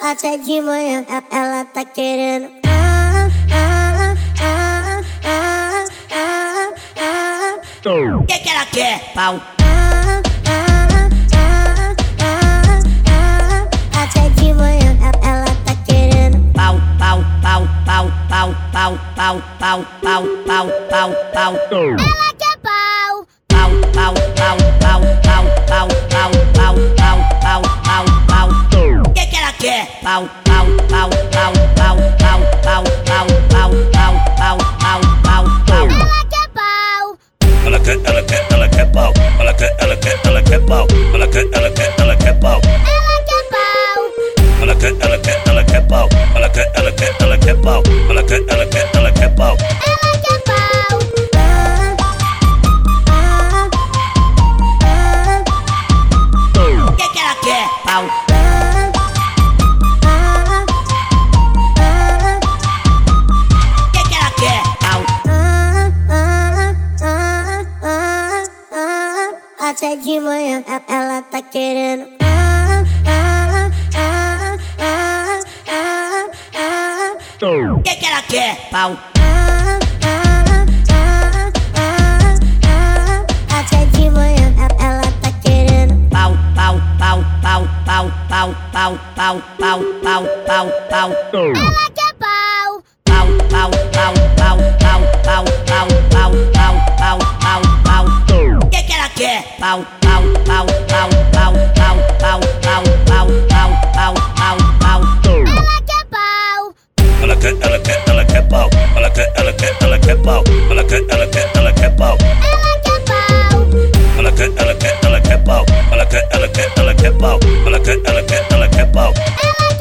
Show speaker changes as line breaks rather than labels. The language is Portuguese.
até de manhã, e- ela tá querendo. Ah, ah, ah, ah, ah, ah,
O que, que ela quer, pau?
ah, ah, ah, ah, ah, ah. Até de manhã, e- ela tá querendo.
Pau, pau, pau, pau, pau, pau, pau, pau, pau, pau, pau, pau.
Ela quer pau.
Pau, pau, pau, pau, pau, pau, pau, pau, pau, pau, pau, pau. O que, que ela quer? Pau, pau, pau, pau, pau, pau, pau, pau, pau, pau, pau, pau, pau, pau.
Ela quer pau.
Ela quer, ela quer, ela quer pau. Ela quer, ela quer, ela quer pau. Ela quer, ela quer, ela quer pau.
Ela quer pau.
Ela quer, ela quer, ela quer pau. Ela quer, ela quer, ela quer pau. Ela quer, ela quer, ela quer pau.
Ela quer pau. Ah, ah, ah,
O que, que ela quer? Pau.
ah, ah, ah.
O que, que ela quer? Pau.
Ah, ah, ah, ah, ah. Até de manhã e- ela tá querendo. Ah, ah, ah, ah, ah, ah.
O que, que ela quer? Pau.
Ah, ah, ah, ah, ah. Até de manhã e- ela tá querendo.
Pau, pau, pau, pau, pau, pau, pau, pau, pau, pau, pau, pau.
Ela quer pau.
Pau, pau, pau, pau, pau, pau, pau, pau, pau, pau, pau, pau. O que, que ela quer? Pau, pau, pau, pau, pau, pau, pau, pau, pau, pau, pau, pau, pau.
Ela quer pau.
Ela quer, ela quer, ela quer pau. Ela quer, ela quer, ela quer pau. Ela quer, ela quer, ela quer pau.
Ela quer pau.
Ela quer, ela quer, ela quer pau. Ela quer, ela quer, ela quer pau. Ela quer, ela quer, ela quer pau.
Ela